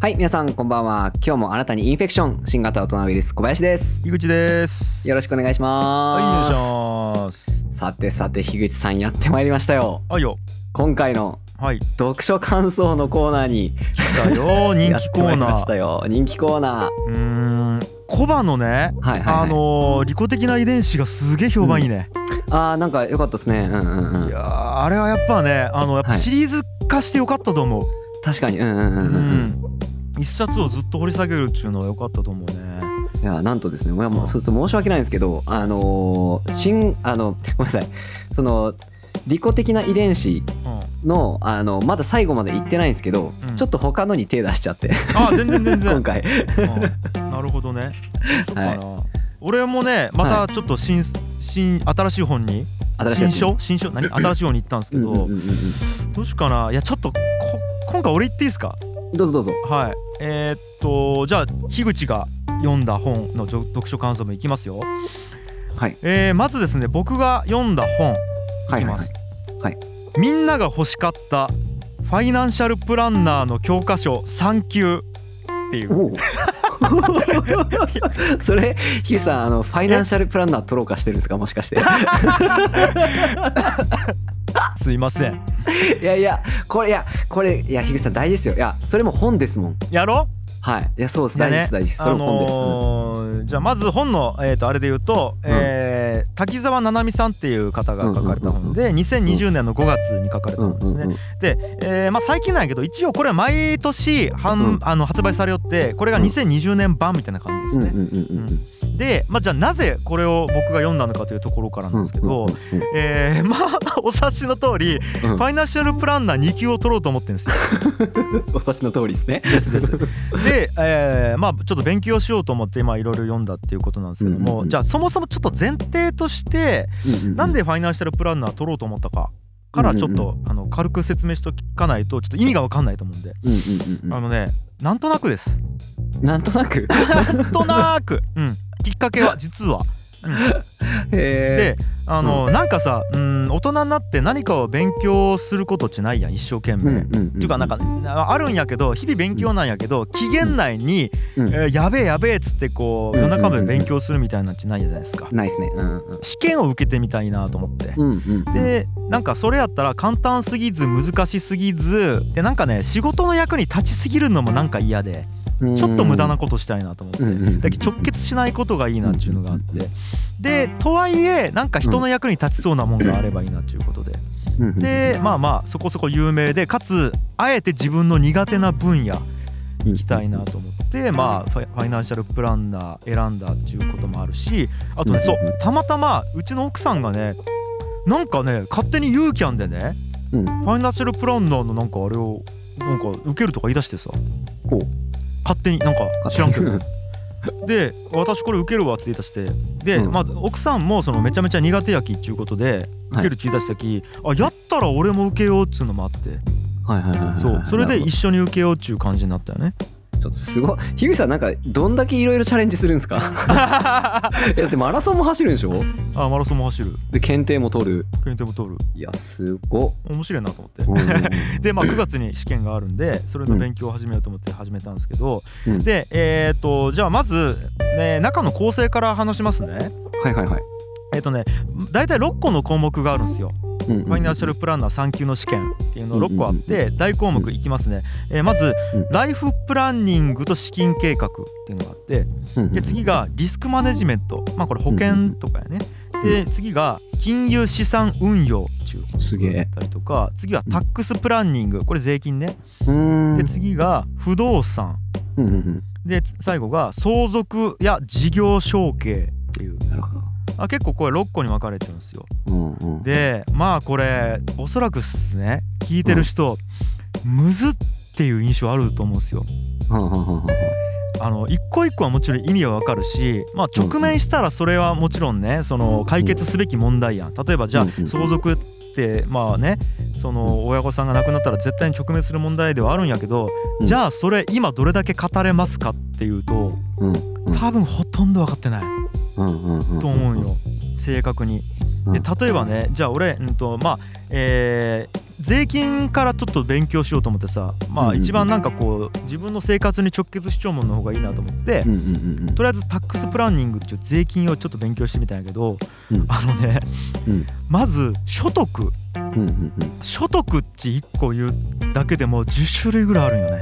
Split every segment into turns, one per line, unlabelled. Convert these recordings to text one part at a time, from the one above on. はい、皆さんこんばんは。今日も新たにインフェクション新型オトナウイルス小林です。
樋口です。
よろしくお願いし
はい、お願
ま
い
す。
します。
さてさて樋口さんやってまいりましたよ。
あいよ、
今回の
はい、
読書感想のコーナーに
来 たよ、人
やっ
気
て
コ
まい
ー
り
ナ
ました
ー。
よ。人気コーナ
うーん、コバのね、
ー。はいはい、はい。
あのー利己的な遺伝子がすげえ評判いいね。
あーなんか良かったですね。うんうんう
い
ん。
やー、あれはやっぱね、あの、やっぱ
はい
シリーズ化してよかったと思う。
確かに。うんうんうん
う
うんうん。
ん。一冊をずっと掘り下げるっていうのはよかったと思うね。
いやなんとですね、もやもうそうすると申し訳ないんですけど、あのー新あのごめんなさい、その利己的な遺伝子
うん。
のあのまだ最後まで行ってないんですけど、
うん
ちょっと他のに手出しちゃって
あ、全然全然。
今回
うんなるほどね。どうかな俺もね、またちょっと新、新新しい本に
新しいや
新
つ
書新書何新しい本に行ったんですけ
うん
ど、
うんうんうん
どうしようかないやちょっとこ今回俺言っていいですか
どうぞどうぞ
はいえーっとじゃあ樋口が読んだ本の読読書感想文いきますよ、
はい
えーまずですね僕が読んだ本
はいい
き
はい
ま
はい
す、
はい
みんなが欲しかったファイナンシャルプランナーの教科書3級っていう
おおそれヒューさんあのファイナンシャルプランナー取ろうかしてるんですかもしかしてい
すいません
やいやこれいやこれいやヒューさん大事ですよいやそれも本ですもん
やろう
はいいやそうです大事です大事ですそれも本です、
あのーじゃあまず本の、えー、とあれで言うと、えー滝沢七海さんっていう方が書かれた本で、2020年の5月に書かれた
うん
本です
うんうん
ね。で、えーまあ、最近なんやけど一応これは毎年
う
半、
ん
あの発売されよってこれが
うん
2020年版みたいな感じ
うん
で
うん
すね。
うんうんうん
で、まあ、じゃあなぜこれを僕が読んだのかというところからなんですけ
うんうんう
ど、
ん
えーまあお察しの通
う
り
ん
ファイナンシャルプランナー2級を取ろうと思ってるんですよ。
お察しの通りですね
ですです で、えーまあちょっと勉強しようと思って今いろいろ読んだっていうことなんですけども、
うんうんうん
じゃあそもそもちょっと前提として、なんでファイナンシャルプランナー取ろうと思ったかからちょっと、あの軽く説明しておかないとちょっと意味が分かんないと思うんで、
うんうんうん
あのねなんとなくです。
うんなんとなく
なんとな く、うん、きっかけは実は。うん
へ
であの、なんかさ、うん、大人になって何かを勉強することってないやん一生懸
ーうんう
命。
んうん
っていうかなんかああるんやけど日々勉強なんやけど期限内に、
うん
えーやべえやべえっつってこう
うん
夜中まで勉強するみたいなんじゃないじゃないですか
ないですねうんうん
試験を受けてみたいなと思って
うんうん
でなんかそれやったら簡単すぎず難しすぎずでなんかね仕事の役に立ちすぎるのもなんか嫌で
うん
ちょっと無駄なことしたいなと思って
うんうんうん
だけど直結しないことがいいなっていうのがあってでとはいえなんか人の役に立ちそうなもんがあればいいなっていうことで
うんうん
でまあまあそこそこ有名でかつあえて自分の苦手な分野行きたいなと思ってまあファイファイナンシャルプランナー選んだっていうこともあるしあとねそう
うんうん
たまたまうちの奥さんがねなんかね勝手にユーキャンでね
うん
ファイナンシャルプランナーのなんかあれをなんか受けるとか言い出してさ
ほう
勝手になんか知らんけ
勝
ど。で私これ受けるわって言い出してで、
うん
まあ、奥さんもそのめちゃめちゃ苦手やきっちゅうことで
はい
受けるって言い出したき、あやったら俺も受けようっつうのもあって、
はいはいはいはいはい
そうそれで
なるほ
一緒に受けようっちゅう感じになったよね。
どちょっとすごい樋口さんなんかどんだけいろいろチャレンジするんですか
あ
えだってマラソンも走るんでしょ
マラソンも走る
で検定も取る
国手も通る
いやすごっ
面白いなと思って
うんうんうん
でまあ9月に試験があるんでそれの勉強を始めようと思って始めたんですけど、
うん
でえっ、とじゃあまず、ね、中の構成から話しますね
はいはいはい
えっ、とね大体6個の項目があるんですよ
フ
ファイナンシャ
ル
ルプランナー3級の試験っていうの6個あっ
うんうん
て大項目いきますね、えーまず
うん
ライフプランニングと資金計画っていうのがあってで次がリスクマネジメントまあこれ保険とかやねで次が金融資産運用中
すげえ
だったりとか次はタックスプランニングこれ税金ね
うん
で次が不動産
うんうんうん
でつ最後が相続や事業承継っていう
なるほど
あ結構これ6個に分かれてるんですよ
うんうん
でまあこれおそらくっすね聞いてる人、むずっていう印象あると思うんですよ。
はんはんはんはんはん
あの一個一個はもちろん意味はわかるし、まあ、直面したらそれはもちろんねその解決すべき問題やん例えばじゃ
うんうん
あ相続ってまあねその親御さんが亡くなったら絶対に直面する問題ではあるんやけど
うん
じゃあそれ今どれだけ語れますかっていうと
うん
多分ほとんど分かってない
うんうんうんうん
と思うよ正確に。で例えばねじゃあ俺、うんとまあえー税金からちょっと勉強しようと思ってさま
う
あ
ん
一番なんかこう自分の生活に直結しちゃうものの方がいいなと思って
うんうんうん
とりあえずタックスプランニングっていう税金をちょっと勉強してみたんやけど
うん
あのね
うん
まず所得
うんうんうんうん
所得っち1個言うだけでも10種類ぐらいあるんよね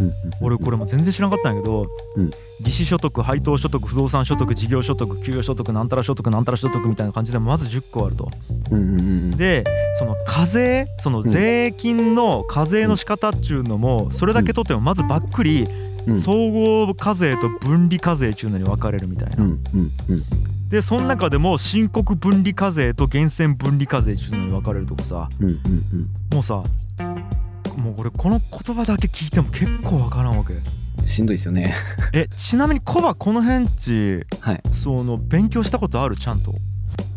うん
俺これも全然知らなかったんやけど
うん
利子所得配当所得不動産所得事業所得給与所得なんたら所得なんたら所得みたいな感じでまず10個あると。
うんうんうん
でその課税その
ん
税金の課税の仕方っていうのもそれだけ取ってもまずばっくり
うん
総合課税と分離課税っていうのに分かれるみたい
うん
な
うんうん
でその中でも申告分離課税と源泉分離課税っていうのに分かれるとかさ
うんうんうん
もうさもう俺この言葉だけ聞いても結構分からんわけ
しんどいですよね
えちなみにコバこの辺っち
はい
その勉強したことあるちゃんと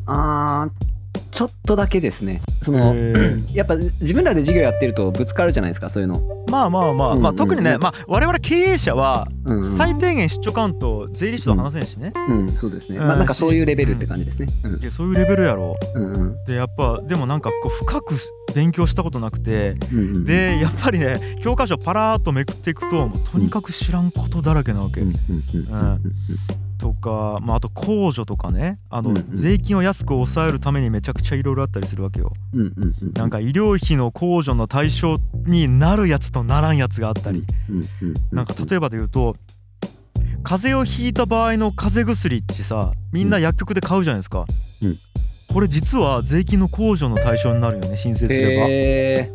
あーちょっとだけですねその
へー
やっぱ自分らで授業やってるとぶつかるじゃないですかそういうの、
まあまあまあ、
うんうんうん
まあ特にね、まあ、我々経営者は
うんうん、
最低限出張官と税理士と話せんしね、
うんそうですね
うん
まあなんかそういうレベルって感じですねうん
でそういうレベルやろ
うんうん
でやっぱでもなんかこう深く勉強したことなくて
うんうん
でやっぱりね教科書パラーっとめくっていくともうとにかく知らんことだらけなわけ、
うんうんうんうんうん
とか、まあ、あと控除とかねあの、
うんうん
税金を安く抑えるためにめちゃくちゃいろいろあったりするわけよ
うんうんうん
なんか医療費の控除の対象になるやつとならんやつがあったり、
うんうんうんうん
なんか例えばで言うと風邪をひいた場合の風邪薬ってさみんな薬局で買うじゃないですか、
うん
これ実は税金の控除の対象になるよね申請すれば、
へ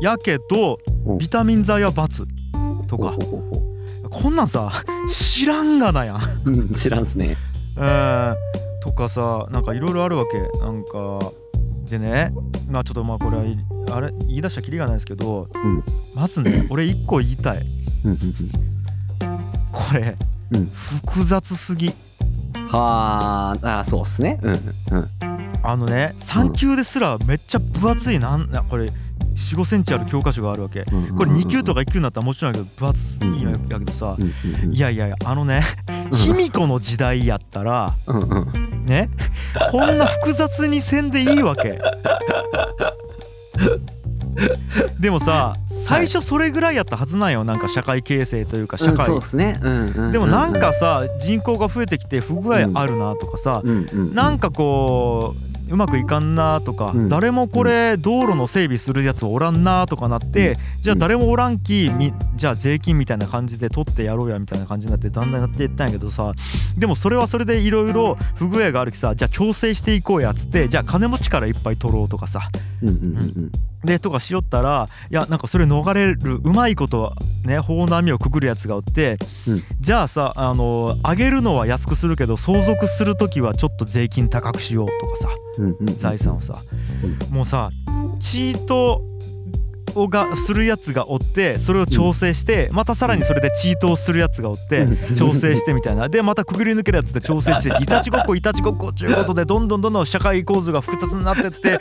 ー
やけど
うん
ビタミン剤は×とか
ほうほうほうほ
こんなんさ知らんがなやん
ううん知らんっすね
えーとかさなんかいろいろあるわけなんかでねまあちょっとまあこれはいあれ言い出したきりがないですけど、
ん
まずね俺一個言いたい
うんうん
これ、
うん
複雑すぎ
うんはーあーそうっすねうんうん
あのね3級ですらめっちゃ分厚いなんなこれ4 5センチある教科書があるわけ
うん
これ2級と
か
か1級になったらもちろんやけど分厚いんやけどさ
うんうんうん
いやいやいやあのね
うん
卑弥呼の時代やったら
うんうん
ねこんな複雑にせんでいいわけでもさ最初それぐらいやったはずなんよなんか社会形成というか社
うん
会
そうっすねうんうんうん
でもなんかさ人口が増えてきて不具合あるなとかさ
うんうん
なんかこううまくいかんなとか、
うん
誰もこれ道路の整備するやつおらんなとかなって、じゃあ誰もおらんきみじゃあ税金みたいな感じで取ってやろうやみたいな感じになってだんだんやっていったんやけどさでもそれはそれでいろいろ不具合があるきさじゃあ調整していこうやっつってじゃあ金持ちからいっぱい取ろうとかさ
うんうんうん
でとかしよったらいやなんかそれ逃れるうまいことね法の網をくぐるやつがおって、
うん
じゃあさあの上げるのは安くするけど相続する時はちょっと税金高くしようとかさ
うんうん
財産をさ、
う
もうさチートをがするやつがおってそれを調整して、またさらにそれでチートをするやつがおって、
うん
調整してみたいなでまたくぐり抜けるやつで調整して いたちごっこいたちごっこちゅうことでどんどんどんどん社会構図が複雑になってって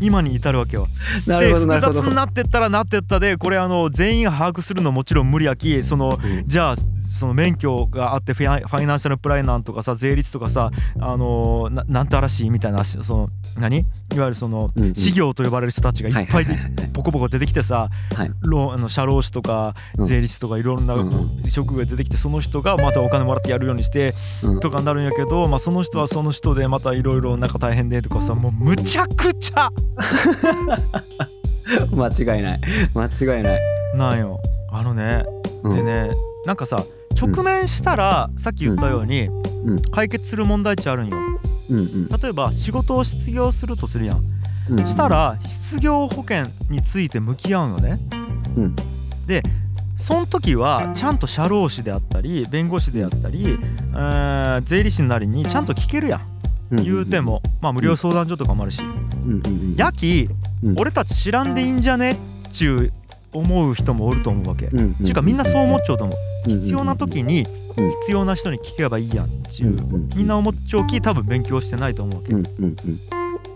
今に至るわけよ。
な
で
るほど
複
なるほ
雑
ど
になってったらなってったでこれあの全員が把握するのもちろん無理やきその
うん
じゃあその免許があってフィナファイナンシャルプランナーとかさ税率とかさあのーななんたらしいみたいなしその何いわゆるその
うんうん
事業と呼ばれる人たちがい
は
っぱい
は
で
ははい
ポコポコ出てきてさ、
はい
ろあの社労士とか
うん
税理士とかいろんな
うん
職業が出てきてその人がまたお金もらってやるようにして
うん
とかになるんやけど、まあ、その人はその人でまたいろいろなんか大変でとかさもうむちゃくちゃ
間違いない間違いない
なんよあのね
うん
でねなんかさ直面したらさっき言ったように
んうん
解決する問題値あるんよ
うんうん
例えば仕事を失業するとするやん
うん
したら失業保険について向き合うのね
うん
でその時はちゃんと社労士であったり弁護士であったり、えー税理士なりにちゃんと聞けるやん
んん
言うてもまあ無料相談所とかもあるし
うんうんうん
やき
うん
俺たち知らんでいいんじゃねっちゅう思う人もおると思うわけ
うんうん
ちゅうかみんなそう思っちゃうと思う
うんうん
必要な時に
うん
必要な人に聞けばいいやんっち
う
ゅ
ん
う
うん
みんな思っちゃうき多分勉強してないと思うわけ
うんうんうん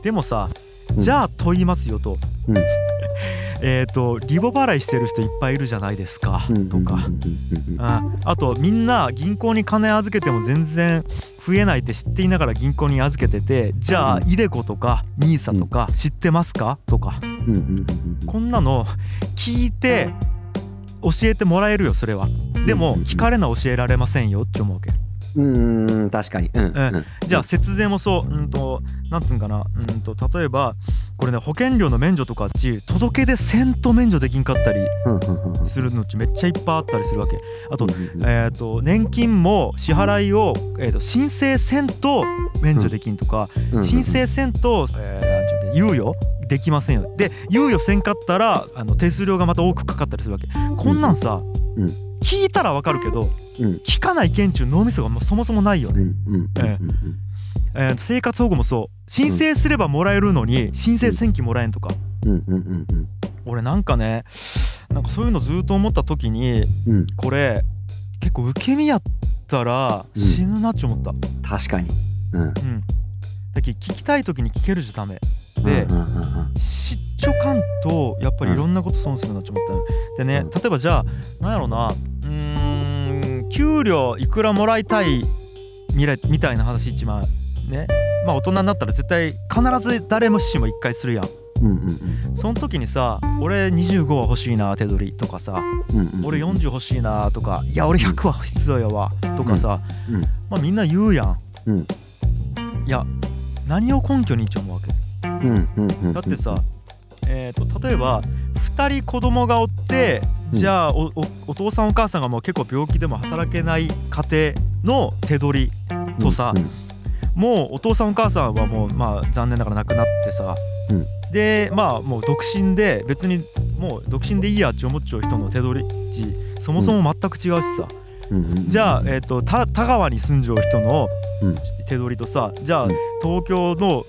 でもさ
うん
じゃあ問いますよと、
うん
えっとリボ払いしてる人いっぱいいるじゃないですか、
うん
とか、
うんうんうんうん
ああとみんな銀行に金預けても全然増えないって知っていながら銀行に預けててじゃあ
うん
イデコとか NISA とか知ってますかとか
うんうんうん
こんなの聞いて教えてもらえるよそれはでも
うん
聞かれな教えられませんよって思うわけ
うんうんうん確かにうんうんうん
じゃあ節税もそううんとなんつうんかなうんと例えばこれね保険料の免除とかっち届け出せんと免除できんかったり
うんうんうんうん
するのっちめっちゃいっぱいあったりするわけあと
うんうんうん
えー、と年金も支払いを、えー、と申請せんと免除できんとか、
うん
申請せんと、えーなんちゅうの猶予できませんよで猶予せんかったらあの手数料がまた多くかかったりするわけこんなんさ、
うん
聞いたらわかるけど
うん
聞かない県中脳みそがもうそもそもないよ
うん
ね、
うんうん
ええーと生活保護もそう申請すればもらえるのに申請せんきもらえんとか
うんうんうんうん
俺なんかねなんかそういうのずっと思った時に
うん
これ結構受け身やったら
うん
死ぬなって思った、うん
確かにうん
だけど聞きたい時に聞けるじゃダメで
うんうんうんうん
知っちょかんとやっぱりいろんなこと損するなって思ったよでね
うん
例えばじゃあなんやろうなうーん給料いくらもらいたい未来みたいな話一番ねまあ大人になったら絶対必ず誰もしも一回するやん
うんうんうん
その時にさ「俺25は欲しいな手取り」とかさ
うんうんうん
俺40欲しいなとか「いや俺100は必要やわ」とかさ、
うんうん
まあみんな言うやん、
うん
いや何を根拠にって思うわけ
うんうんうんうん
だってさ、えー、と例えば2人子供がおってじゃあおおお父さんお母さんがもう結構病気でも働けない家庭の手取りとさ
うん
もうお父さんお母さんはもうまあ残念ながら亡くなってさ、
うん
でまあもう独身で別にもう独身でいいやって思っちゃう人の手取り値そもそも全く違うしさ、
うんうんうん
じゃあ、えー、とた田川に住んじゃう人の
うん
手取りとさじゃあ
うん
東京の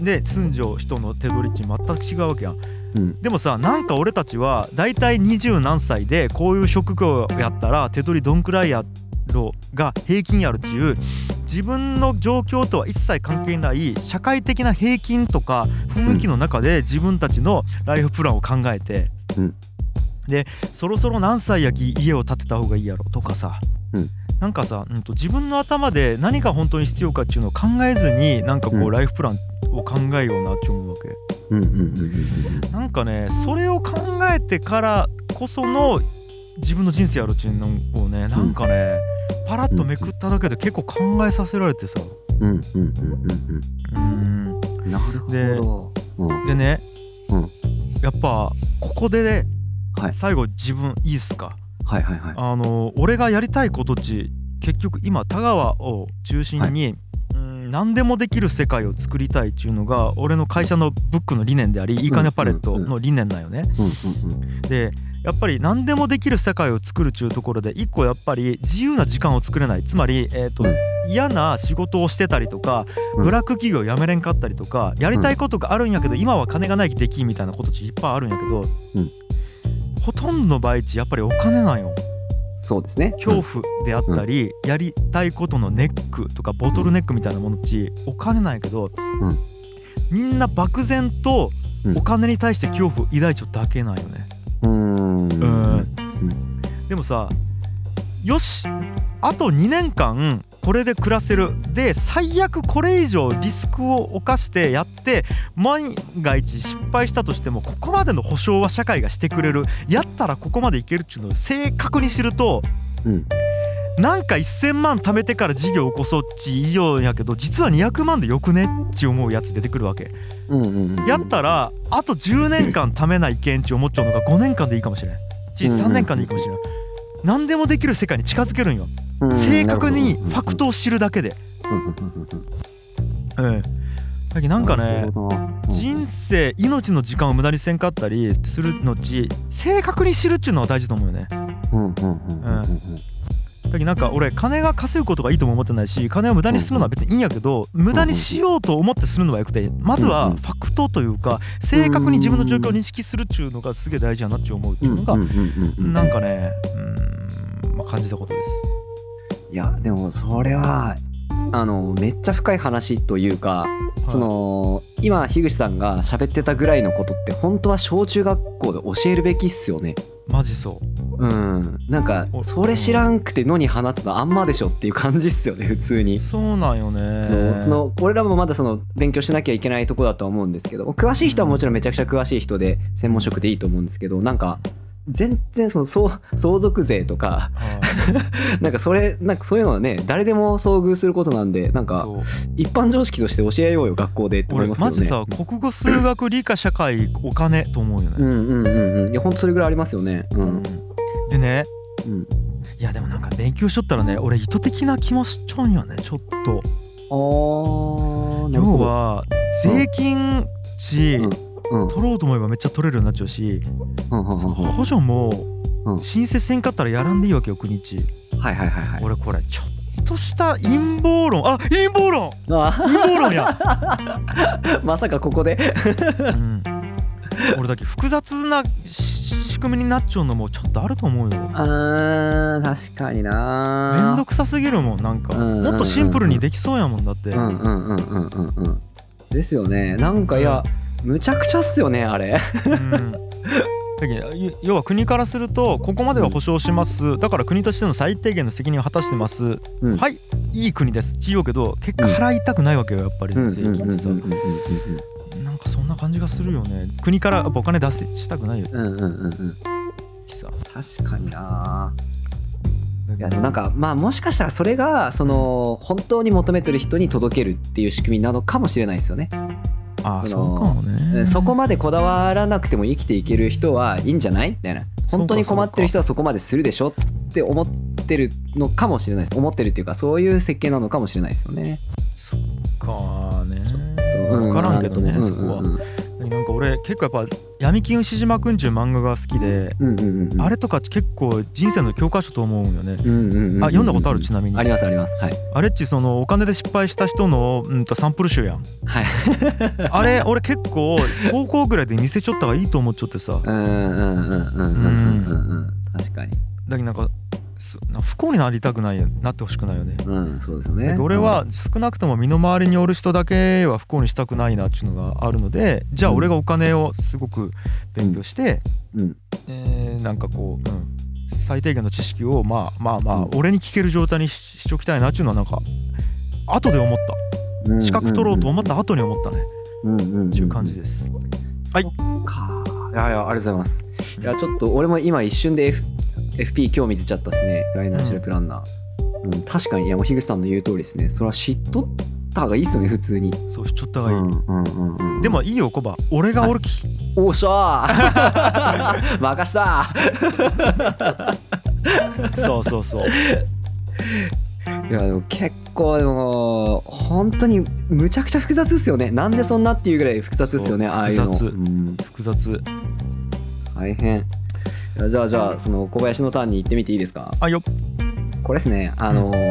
で住んじゃう人の手取り値全く違うわけやん
うん
でもさなんか俺たちは大体二十何歳でこういう職業やったら手取りどんくらいやろが平均やるっていう自分の状況とは一切関係ない社会的な平均とか雰囲気の中で自分たちのライフプランを考えて、
うん
でそろそろ何歳やき家を建てた方がいいやろとかさ、
うん
なんかさ、うん、と自分の頭で何が本当に必要かっていうのを考えずになんかこう、
うん
ライフプランを考えようなって思うわけ。
うんうんうんうんうん
なんかねそれを考えてからこその自分の人生やろっていうのをねなんかね、パラッとめくっただけで結構考えさせられてさ
うんうんうんうん
うん
うんなるほどうん
でね、
うん
やっぱここでね、
はい
最後自分いいっすか
はいはいはい
あの俺がやりたいことっち結局今田川を中心に、うん何でもできる世界を作りたいっていうのが俺の会社のブックの理念でありいいかねパレットの理念なんよね。
うんうんうん
でやっぱり何でもできる社会を作るっていうところで一個やっぱり自由な時間を作れないつまり、えーと
うん
嫌な仕事をしてたりとか
うん
ブラック企業辞めれんかったりとかやりたいことがあるんやけど今は金がないきできんみたいなことっていっぱいあるんやけど、
うん
ほとんどの場合やっぱりお金なんよ
そうですね
恐怖であったり、やりたいことのネックとかボトルネックみたいなものっちお金なんやけど、
うん
みんな漠然とお金に対して恐怖を抱いちゃうだけなんよね。
うんうん
うんでもさよしあと2年間これで暮らせるで最悪これ以上リスクを冒してやって万が一失敗したとしてもここまでの保証は社会がしてくれるやったらここまでいけるっていうのを正確に知ると
うん
なんか1,000万貯めてから事業起こそうっちいいようやけど実は200万でよくねっち思うやつ出てくるわけ
うんうんうん
やったらあと10年間貯めないけんち思っちゃうのが5年間でいいかもしれんち
うんうん
3年間でいいかもしれん何でもできる世界に近づけるんよ
うん
正確にファクトを知るだけで
うんうんうんうん
うんだけどなんかね
るほどうん
人生命の時間を無駄にせんかったりするのち正確に知るっちゅうのは大事と思うよね
うんうんうんうんうん
だけどなんか俺金が稼ぐことがいいとも思ってないし金を無駄にするのは別にいいんやけど無駄にしようと思ってするのはよくてまずはファクトというか正確に自分の状況を認識するっちゅうのがすげえ大事やなって思うっていうのが
うんうんうんうんうん
なんかね、うーん、まあ、感じたことです。
いやでもそれはあのめっちゃ深い話というか、その今樋口さんが喋ってたぐらいのことって本当は小中学校で教えるべきっすよね。
マジそう。
うん、なんか
お
それ知らんくて野に放つのあんまでしょっていう感じっすよね普通に。
そうなんよね
そのその俺らもまだその勉強しなきゃいけないとこだとは思うんですけど詳しい人はもちろんめちゃくちゃ詳しい人で専門職でいいと思うんですけどなんか全然その相相続税とか
はい
なんかそれなんかそういうのはね誰でも遭遇することなんでなんか
そう
一般常識として教えようよ学校でって思
俺
いますけど
マ
ね。
ジさ国語数学理科社会お金と思うよ
う
ね、
んうんうんうんいや本当それぐらいありますよね。うん
でね
うん、
いやでもなんか勉強しとったらね俺意図的な気もしちゃうんよねちょっと
あーなる
要
ほど。
は税金値、
うんうん
取ろうと思えばめっちゃ取れるようになっちゃうし
うんうんうんうん
補助も
うん
申請せんかったらやらんでいいわけよ国一
はいはいはいはい。
俺これちょっとした陰謀論あ陰謀論
あ
陰謀 論や、
ーまさかここで。
うん、俺だけ複雑なし仕組みになっちゃうのもちょっとあると思うよ
あー確かにな
めんどくさすぎるもんなんか
うんうんうんうん
もっとシンプルにできそうやもんだって
うんうんうんうんうんうんですよねなんかいやむちゃくちゃっすよねあれ
うんだけどゆ要は国からするとここまでは保証しますだから国としての最低限の責任を果たしてます、
うん
はいいい国ですち言うけど結果払いたくないわけよやっぱり税金ってさなんかそんな感じがするよね国からやっぱお金出せしたくないよ
うんうんうんうん
さ
確かにな
だ
い
け
や
ど
でもなんかまあもしかしたらそれがその本当に求めてる人に届けるっていう仕組みなのかもしれないですよね、
ああ
そ
そ
の
うかも
う
ね
んそこまでこだわらなくても生きていける人はいいんじゃないみたいな本当に困ってる人はそこまでするでしょって思ってるのかもしれないです思ってるっていうかそういう設計なのかもしれないですよね。
そっかね
う
分からんけどね
うん
そこは
うんうん
なんか俺結構やっぱ「闇金牛島くん」ちゅう漫画が好きで
うんうんうんうん
あれとか結構人生の教科書と思うんよね
うんうんうんうん
あ読んだことあるちなみに
ありますありますはい
あれっちそのお金で失敗した人の、うん、とサンプル集 やん
はい
あれ俺結構高校ぐらいで見せちょった方がいいと思っちゃってさ
う
だ
んうんうんうんうんうんうんうん確かに
けどなんかそな不幸になりたくないよなってほしくないよね
うんそうですよ
だ
ね
けど俺は少なくとも身の回りにおる人だけは不幸にしたくないなっていうのがあるのでじゃあ俺がお金をすごく勉強して、
うん
えーなんかこう、うん最低限の知識をまあまあまあ俺に聞ける状態にししときたいなっていうのはなんか後で思っ
うん
た資格取ろうと思った後に思ったね
うんうんうん
っていう感じです。はい
そっかいやいやありがとうございますいやちょっと俺も今一瞬で、F、FP 興味出ちゃったですねガイナンシャルプランナー、うん確かにいやもう樋口さんの言う通りですねそれは知っとった方がいいっすよね普通に、
そうしちょった方
う
がいい、
んうんうんうん
でもいいよコバ俺がおるき、
おっしゃー 任した
そうそうそう
いやでも結構でも本当にむちゃくちゃ複雑ですよねなんでそんなっていうぐらい複雑ですよね
そう
ああいうの、
複雑
うん、
複雑
大変いやじゃあじゃあその小林のターンに行ってみていいですか
あよ
これですねあの、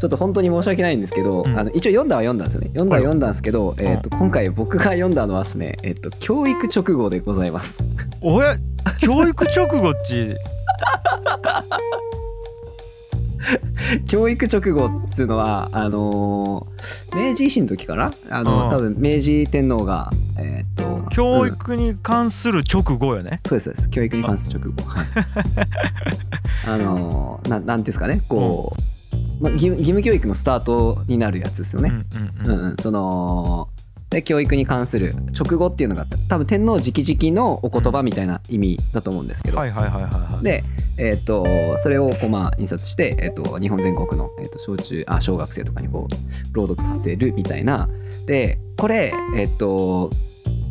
ちょっと本当に申し訳ないんですけど、
うん
あの一応読んだは読んだんですよね読んだは
はい
読んだんですけど、
ん
えー、と今回僕が読んだのはですね、えー、と教育直後でござい ます
おや教育直後っち
教育直後っつうのはあのー明治維新の時かなあの、
うん
多分明治天皇がえっ、と
教
うん
育に関する直後よね、
そうですそうです教育に関する直後はい あのーななんていうんですかねこう、まあ、義務義務教育のスタートになるやつですよ
うん
ね、
うん
う
うんん
うんそので教育に関する直後っていうのが多分天皇直々のお言葉みたいな意味だと思うんですけど、
はいはいはいはいはい
で、えー、とそれをこうまあ印刷して、えー、と日本全国の、えー、と小中あ小学生とかにこう朗読させるみたいなでこれえっ、と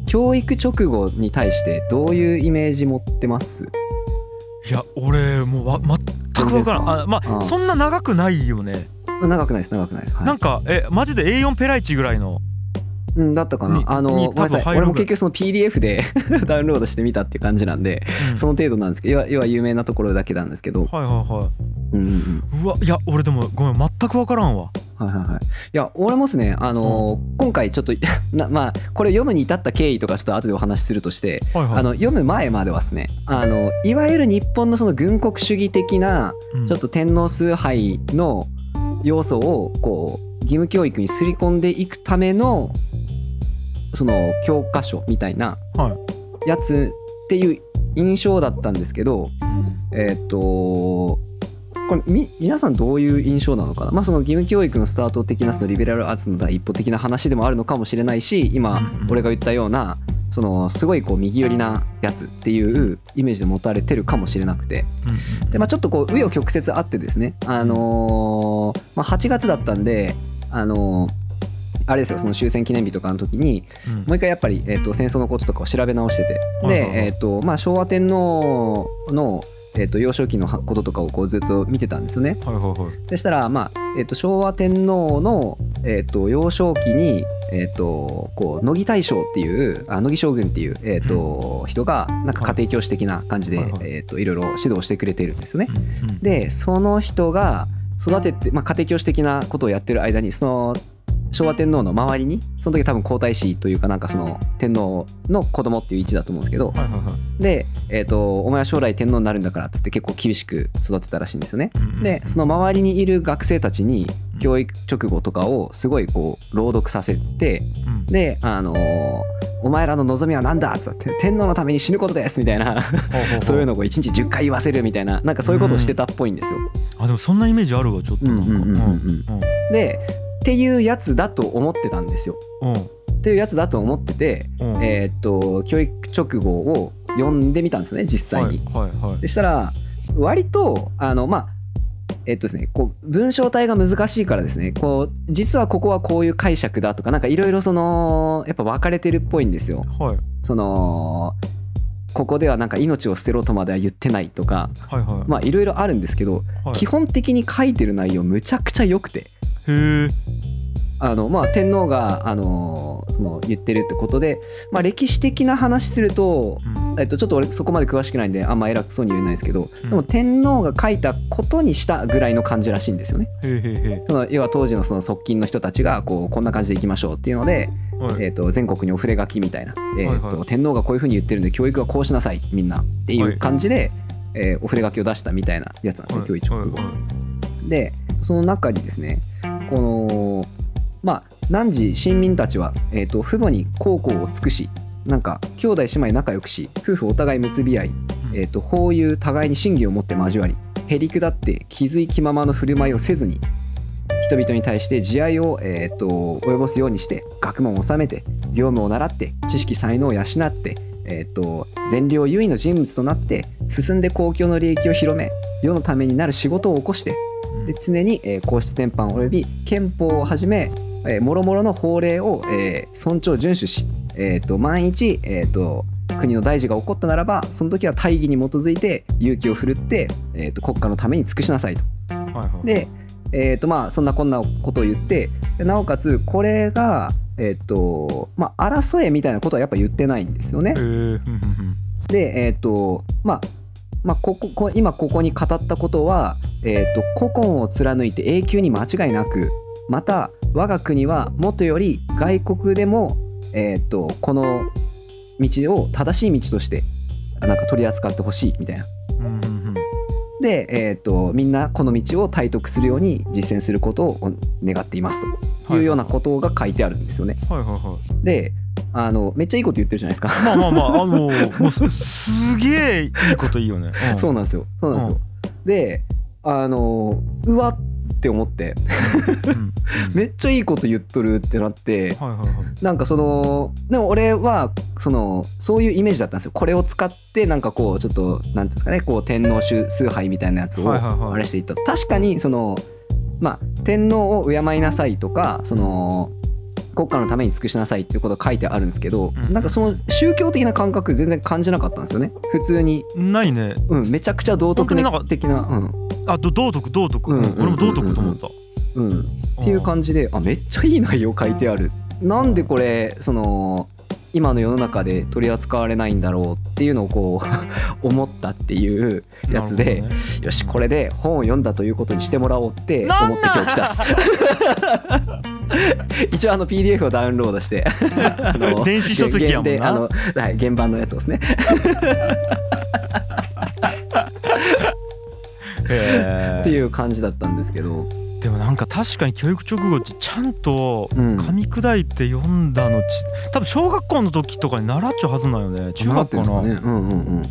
教育直後に対してどういうイメージ持ってます
いや俺もうわ全く分から
全然ですか
んあまあ
うん
そんな長くないよね、
長くないです長くないです、はい
なんかえマジで A4 ペライチぐらいの
うん、だったかな
に
あの
に
ごめんなさ
多分入る
い
ぐらい
俺も結局その PDF で ダウンロードしてみたっていう感じなんで、
うん
その程度なんですけど要は要は有名なところだけなんですけど、
はいはいは
うんうんうん、
い。うわいや俺でもごめん全く分からんわ。
はいはいはい。いや、俺もですね、あのー今回ちょっと な、まあ、これを読むに至った経緯とか、ちょっと後でお話しするとして、
はいはい。
あの読む前まではですね、あのいわゆる日本のその軍国主義的な、
うん
ちょっと天皇崇拝の要素をこう義務教育にすり込んでいくためのその教科書みたいな
は
やつっていう印象だったんですけどえーっとこれみ皆さんどういう印象なのかな、まあ、その義務教育のスタート的なそのリベラルアーツの第一歩的な話でもあるのかもしれないし今
うん
俺が言ったようなそのすごいこう右寄りなやつっていうイメージで持たれてるかもしれなくてで、まあ、ちょっとこう紆余曲折あってですね、あのーまあ、8月だったんで、あのーあれですよその終戦記念日とかの時にもう一回やっぱり、えー、と戦争のこととかを調べ直してて
はいはいはい
で、えーとまあ、昭和天皇の、えー、と幼少期のこととかをこうずっと見てたんですよね。
はいはいはい
でしたら、まあえー、と昭和天皇の、えー、と幼少期に、えー、とこう乃木大将っていうあ乃木将軍っていう、えーと人がなんか家庭教師的な感じで、
はいいはい
えー、といろいろ指導してくれてるんですよね。
うんうん
でその人が育てて、まあ、家庭教師的なことをやってる間にその昭和天皇の周りにその時多分皇太子というかなんかその天皇の子供っていう位置だと思うんですけど
はいはいはい
で、えーと「お前は将来天皇になるんだから」っつって結構厳しく育てたらしいんですよね。
うんうん
でその周りにいる学生たちに
うん
教育直後とかをすごいこう朗読させて
うん
で「あのーお前らの望みは何だ?」っつって「天皇のために死ぬことです」みたいな
ほうほ ほ
そういうのをこう1日10回言わせるみたいななんかそういうことをしてたっぽいんですよ。
あでもそんなイメージあるわちょっとなんかうんうん
でっていうやつだと思ってたんですよ。っていうやつだと思ってて、
うんうん
えーっと教育直後を読んでみたんですよね実際に。
はいはいはい
でしたら割とあのまあえーっとですね、こう文章体が難しいからですねこう実はここはこういう解釈だとかなんかいろいろそのやっぱ分かれてるっぽいんですよ。
はい
そのここではなんか命を捨てろとまでは言ってないとか
はいはい
まあいろいろあるんですけど、
はい
基本的に書いてる内容むちゃくちゃ良くて。
へえ
あのまあ、天皇が、あのーその言ってるってことで、まあ、歴史的な話すると、えっと、ちょっと俺そこまで詳しくないんであんま偉そうに言えないですけど、
うん
でも天皇が書いたことにしたぐらいの感じらしいんですよね。
へえへえへ
その要は当時のその側近の人たちがこうこんな感じでいきましょうっていうので、
えはい
えっと、全国にお触れ書きみたいな、えっと
はいはい
天皇がこういうふうに言ってるんで教育はこうしなさいみんなっていう感じで、えーお触れ書きを出したみたいなやつなんですよ、教育直後。
はいはい
でその中にですねこのまあ何時親民たちは、えー、と父母に孝行を尽くしなんか兄弟姉妹仲良くし夫婦お互い結び合い、えー、と法有互いに真偽を持って交わりへりくだって気づい気ままの振る舞いをせずに人々に対して慈愛を、えー、と及ぼすようにして学問を修めて業務を習って知識才能を養って、えー、と善良優位の人物となって進んで公共の利益を広め世のためになる仕事を起こして
うん
で常に、えー皇室典範及び憲法をはじめ、えー、諸々の法令を、えー尊重遵守し、えー、と万一、えー、と国の大事が起こったならばその時は大義に基づいて勇気を振るって、えー、と国家のために尽くしなさいと。
はいはい
で、えーとまあ、そんなこんなことを言ってでなおかつこれが、えーとまあ、争えみたいなことはやっぱ言ってないんですよね
へ。えふんふんふん
でえっ、とまあまあ、こここ今ここに語ったことは、えー、と古今を貫いて永久に間違いなくまた我が国はもとより外国でも、えー、とこの道を正しい道としてなんか取り扱ってほしいみたいな。
うんうんうん
で、えー、とみんなこの道を体得するように実践することを願っていますというようなことが書いてあるんですよね。
はいはいはい
であのめっちゃいいこと言ってるじゃないですか。
まあまあま ああのもうすすげえいいこといいよねうん
そうなんですよ。そうなんですよ。で、あのうわって思って、
うんうん
めっちゃいいこと言っとるってなって、
はいはいはい
なんかそのでも俺はそのそういうイメージだったんですよ。これを使ってなんかこうちょっとなんていうんですかね、こう天皇崇崇拝みたいなやつを
はいはいはい
あれしていった。確かにそのまあ天皇を敬いなさいとかその。国家のために尽くしなさいっていうことが書いてあるんですけど、
うん
なんかその宗教的な感覚全然感じなかったんですよね普通に、
ないね
うん、めちゃくちゃ道徳
本当になんか
的な、うん、
あど道徳道徳
う
うん
うんうん
ん俺も道徳と思った
うん、っていう感じであめっちゃいい内容書いてあるなんでこれその今の世の中で取り扱われないんだろうっていうのをこう 思ったっていうやつで、
なるほどね
よしこれで本を読んだということにしてもらおうって
なん
思って今日来たっす 一応あの PDF をダウンロードして あの
電子書籍やもんな
原原であの、はい、原版のやつをですね
へー
っていう感じだったんですけど
でもなんか確かに教育直後ってちゃんと
うん
噛み砕いて読んだのち多分小学校の時とかに習っちゃうはずなんよね中学校の
習ってるんですかねうんうんうん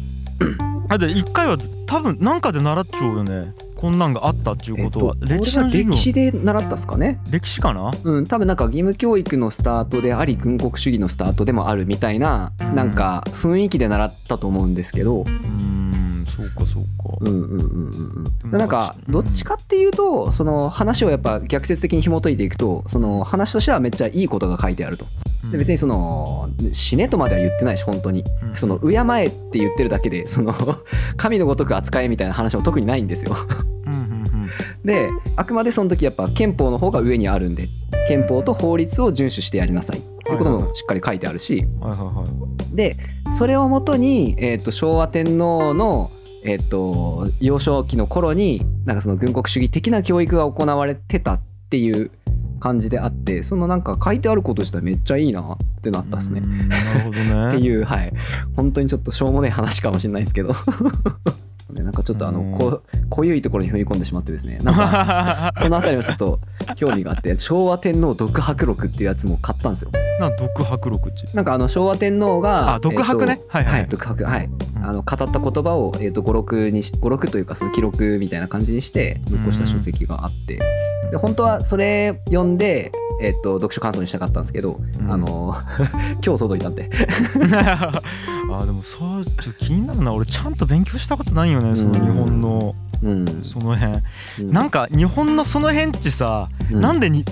あで一回は多分なんかで習っちゃうよねこんなんがあったっていうことは、
えっと
歴史
俺は
の授業
歴
歴史
史で習ったっすかね
かな
うん多分なんか義務教育のスタートであり軍国主義のスタートでもあるみたいななんか雰囲気で習ったと思うんですけど
うーんそうかそうか
うんうんうんうんうん
うん
なんか
ど
ど
っ
っ
ち
ちかっていうとその話をやっぱ逆説的に紐解いていくとその話としてはめっちゃいいことが書いてあるとで別にその死ねとまでは言ってないし本当に
うん
その敬えって言ってるだけでその 神のごとく扱えみたいな話も特にないんですよ
うんうんうん
であくまでその時やっぱ憲法の方が上にあるんで憲法と法律を遵守してやりなさいっていうこともしっかり書いてあるし
はいはいはい
でそれをもとに、えー、と昭和天皇の、えー、と幼少期の頃になんかその軍国主義的な教育が行われてたっていう感じであってそのなんか書いてあること自体めっちゃいいなってなったですね
うー。んなるほどね
っていう、はい、本当にちょっとしょうもない話かもしれないですけど。 ねなんかちょっとあ
うん
のこ濃ゆいところに踏み込んでしまってですねなんかそのあたりもちょっと興味があって昭和天皇独白録っていうやつも買ったんですよ
なん独白録っち
なんかあの昭和天皇が
あ独白ね
えっと
はいはい
はい独白はい
うん
あの語った言葉を、えっと56にし56というかその記録みたいな感じにして残した書籍があってで本当はそれ読んで、えっと読書感想にしたかったんですけど、
うん
あの 今日届いたんで
あーでもそうちょっと気になるな俺ちゃんと勉強したことないよねその日本の
うん
その辺
うん
なんか日本のその辺っちさ
うん
なんでに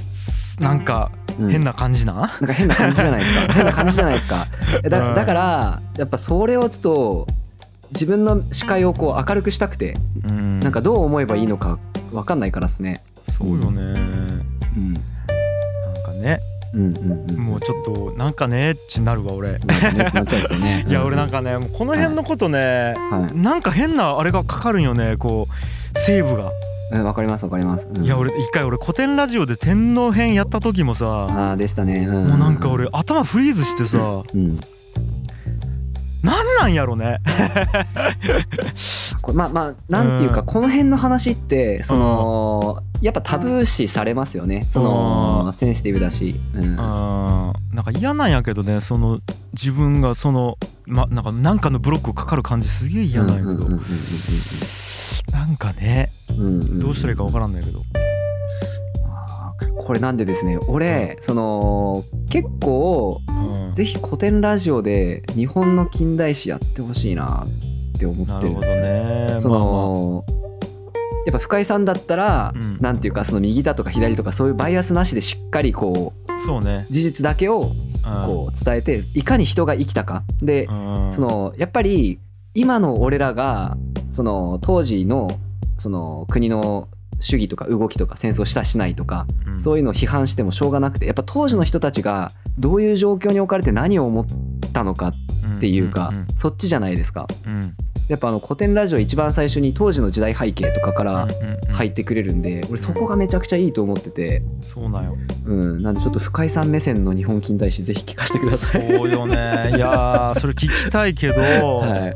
なんか
うん
変な感じな
なんか変な感じじゃないです か変な感じじゃないですか
うん
だだからやっぱそれをちょっと自分の視界をこう明るくしたくて
うん
なんかどう思えばいいのか分かんないからですね
そう
う
よね
ん
なんかね
うんうんうん
もうちょっとなんかねっちなるわ
なん
俺
かねなっちゃうんですよね
いや俺なん
か
かねもうこの辺のことね
はい
なんか変なあれがかかるんよねこうセーブが
うんわかりますわかりますうん
いや俺一回俺古典ラジオで天皇編やった時もさ
ああでしたねも
もうなんか俺頭フリーズしてさ
うん
なんなんやろね
これまあまあなんていう
う
か
ん
この辺の話ってそのやっぱタブー視されますよねそ
うん
のセンシティブだしうん
あーなんか嫌なんやけどねその自分がその、ま、なんかなんかのブロックかかる感じすげえ嫌なんやけどなんかねどうしたらいいか分からんないけど
あーこれなんでですね俺その結構
うん
ぜひ古典ラジオで日本の近代史やってほしいなって思
な
って
る
るん
ほど
ですよ。
ね
そのやっぱ深井さんだったら、
うん
なんていうかその右だとか左とかそういうバイアスなしでしっかりこう
まあまあそうね
事実だけを
うん
こう伝えていかに人が生きたかで
うん
そのやっぱり今の俺らがその当時のその国の主義とか動きとか戦争したしないとか
うん
そういうのを批判してもしょうがなくてやっぱ当時の人たちがどういう状況に置かれて何を思ったのかっていうか、
ん
そっちじゃないですか
うんうん
やっぱあの古典ラジオ一番最初に当時の時代背景とかか
う
ら
んうんうん
入ってくれるんで俺そこがめちゃくちゃいいと思ってて
そうなんよ
うんなんでちょっと深井さん目線の日本近代史ぜひ聞かせてください。
そうよねいやーそれ聞きたいけど、
はい、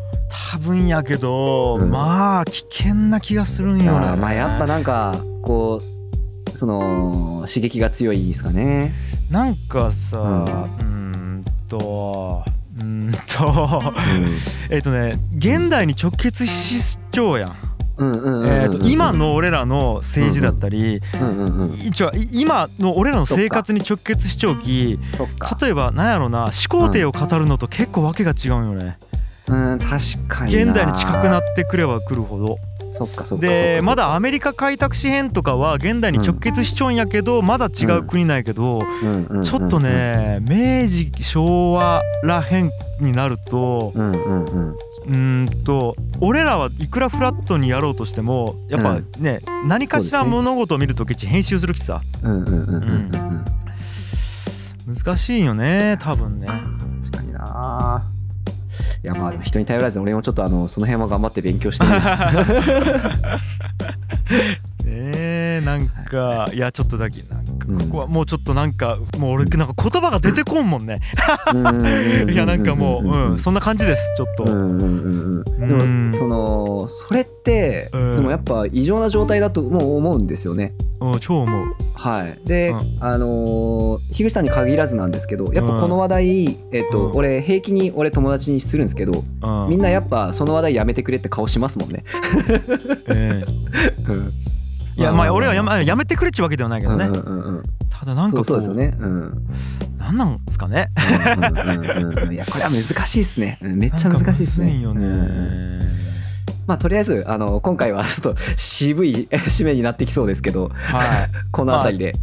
多分やけど、
うん
まあ危険な気がするんよ
あ
ね
ーまあやっぱなんかこうその刺激が強いですか ね。
なんかさ、うーんと、うーんと、 えっとね、現代に直結しちゃうやん。
うんうんうんうんうん
えっと、今の俺らの政治だったり、
うんうんうん
一応今の俺らの生活に直結しちゃうき、
そっか
例えばなんやろな、思考点を語るのと結構わけが違うよね。
うん確かに
現代に近くなってくればくるほど。
そっかそっか
で、
そっかそっか
まだアメリカ開拓史編とかは現代に直結しちゃうんやけど、まだ違う国なんやけど、
うんうんうんうん
ちょっとね明治昭和らへんになると
うんうんうん
うーんと俺らはいくらフラットにやろうとしてもやっぱね何かしら
そうですね
物事を見るときち編集するきさ
うんうんうんうんうんうん
難しいよね多分ね
確かにないやまあでも人に頼らず俺もちょっとあのその辺は頑張って勉強してます
ねえなんかいやちょっとだけなん
うん
ここはもうちょっとなんかもう俺なんか言葉が出てこんもんね いやなんかもう、うん、そんな感じですちょっと、
うんうんうんうん、で
うん
もそのそれって、
うん
でもやっぱ異常な状態だともう思うんですよね。
うん、超思う
はい、で、
う
あのー樋口さんに限らずなんですけどやっぱこの話題、えっと
うん
俺平気に俺友達にするんですけど、
うん
みんなやっぱその話題やめてくれって顔しますもんね。
ええいやまあ俺はや,、ま、やめてくれっちゅうわけではないけ
う
ど
んう
ね、
んうんうん
ただなんか
そ
こ
う
う
そうですよね。うん
なんなんですかね
うんうんうんうんいやこれは難しいですね。うんめっちゃ難しいですね。
なんかむずい
うん
よね
まあとりあえずあの今回は ちょっと渋い 締めになってきそうですけど
はい
この辺りで。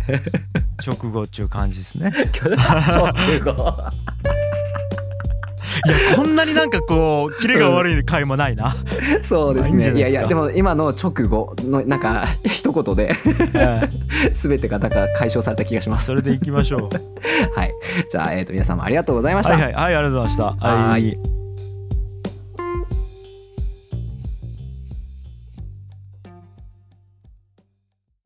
直後っちゅう感じですね
直後
いやこんなになんかこうキレが悪い回もな いな、
そうです
まあいいんじゃ
ね。
な
いや
いですか
いやでも今の直後のなんか一言で
え
全てがなんか解消された気がしま
え
す。
それでいきましょう
はい。じゃあえっ、と皆様ありがとうございました。
はいはいはいありがとうございました
は
はいい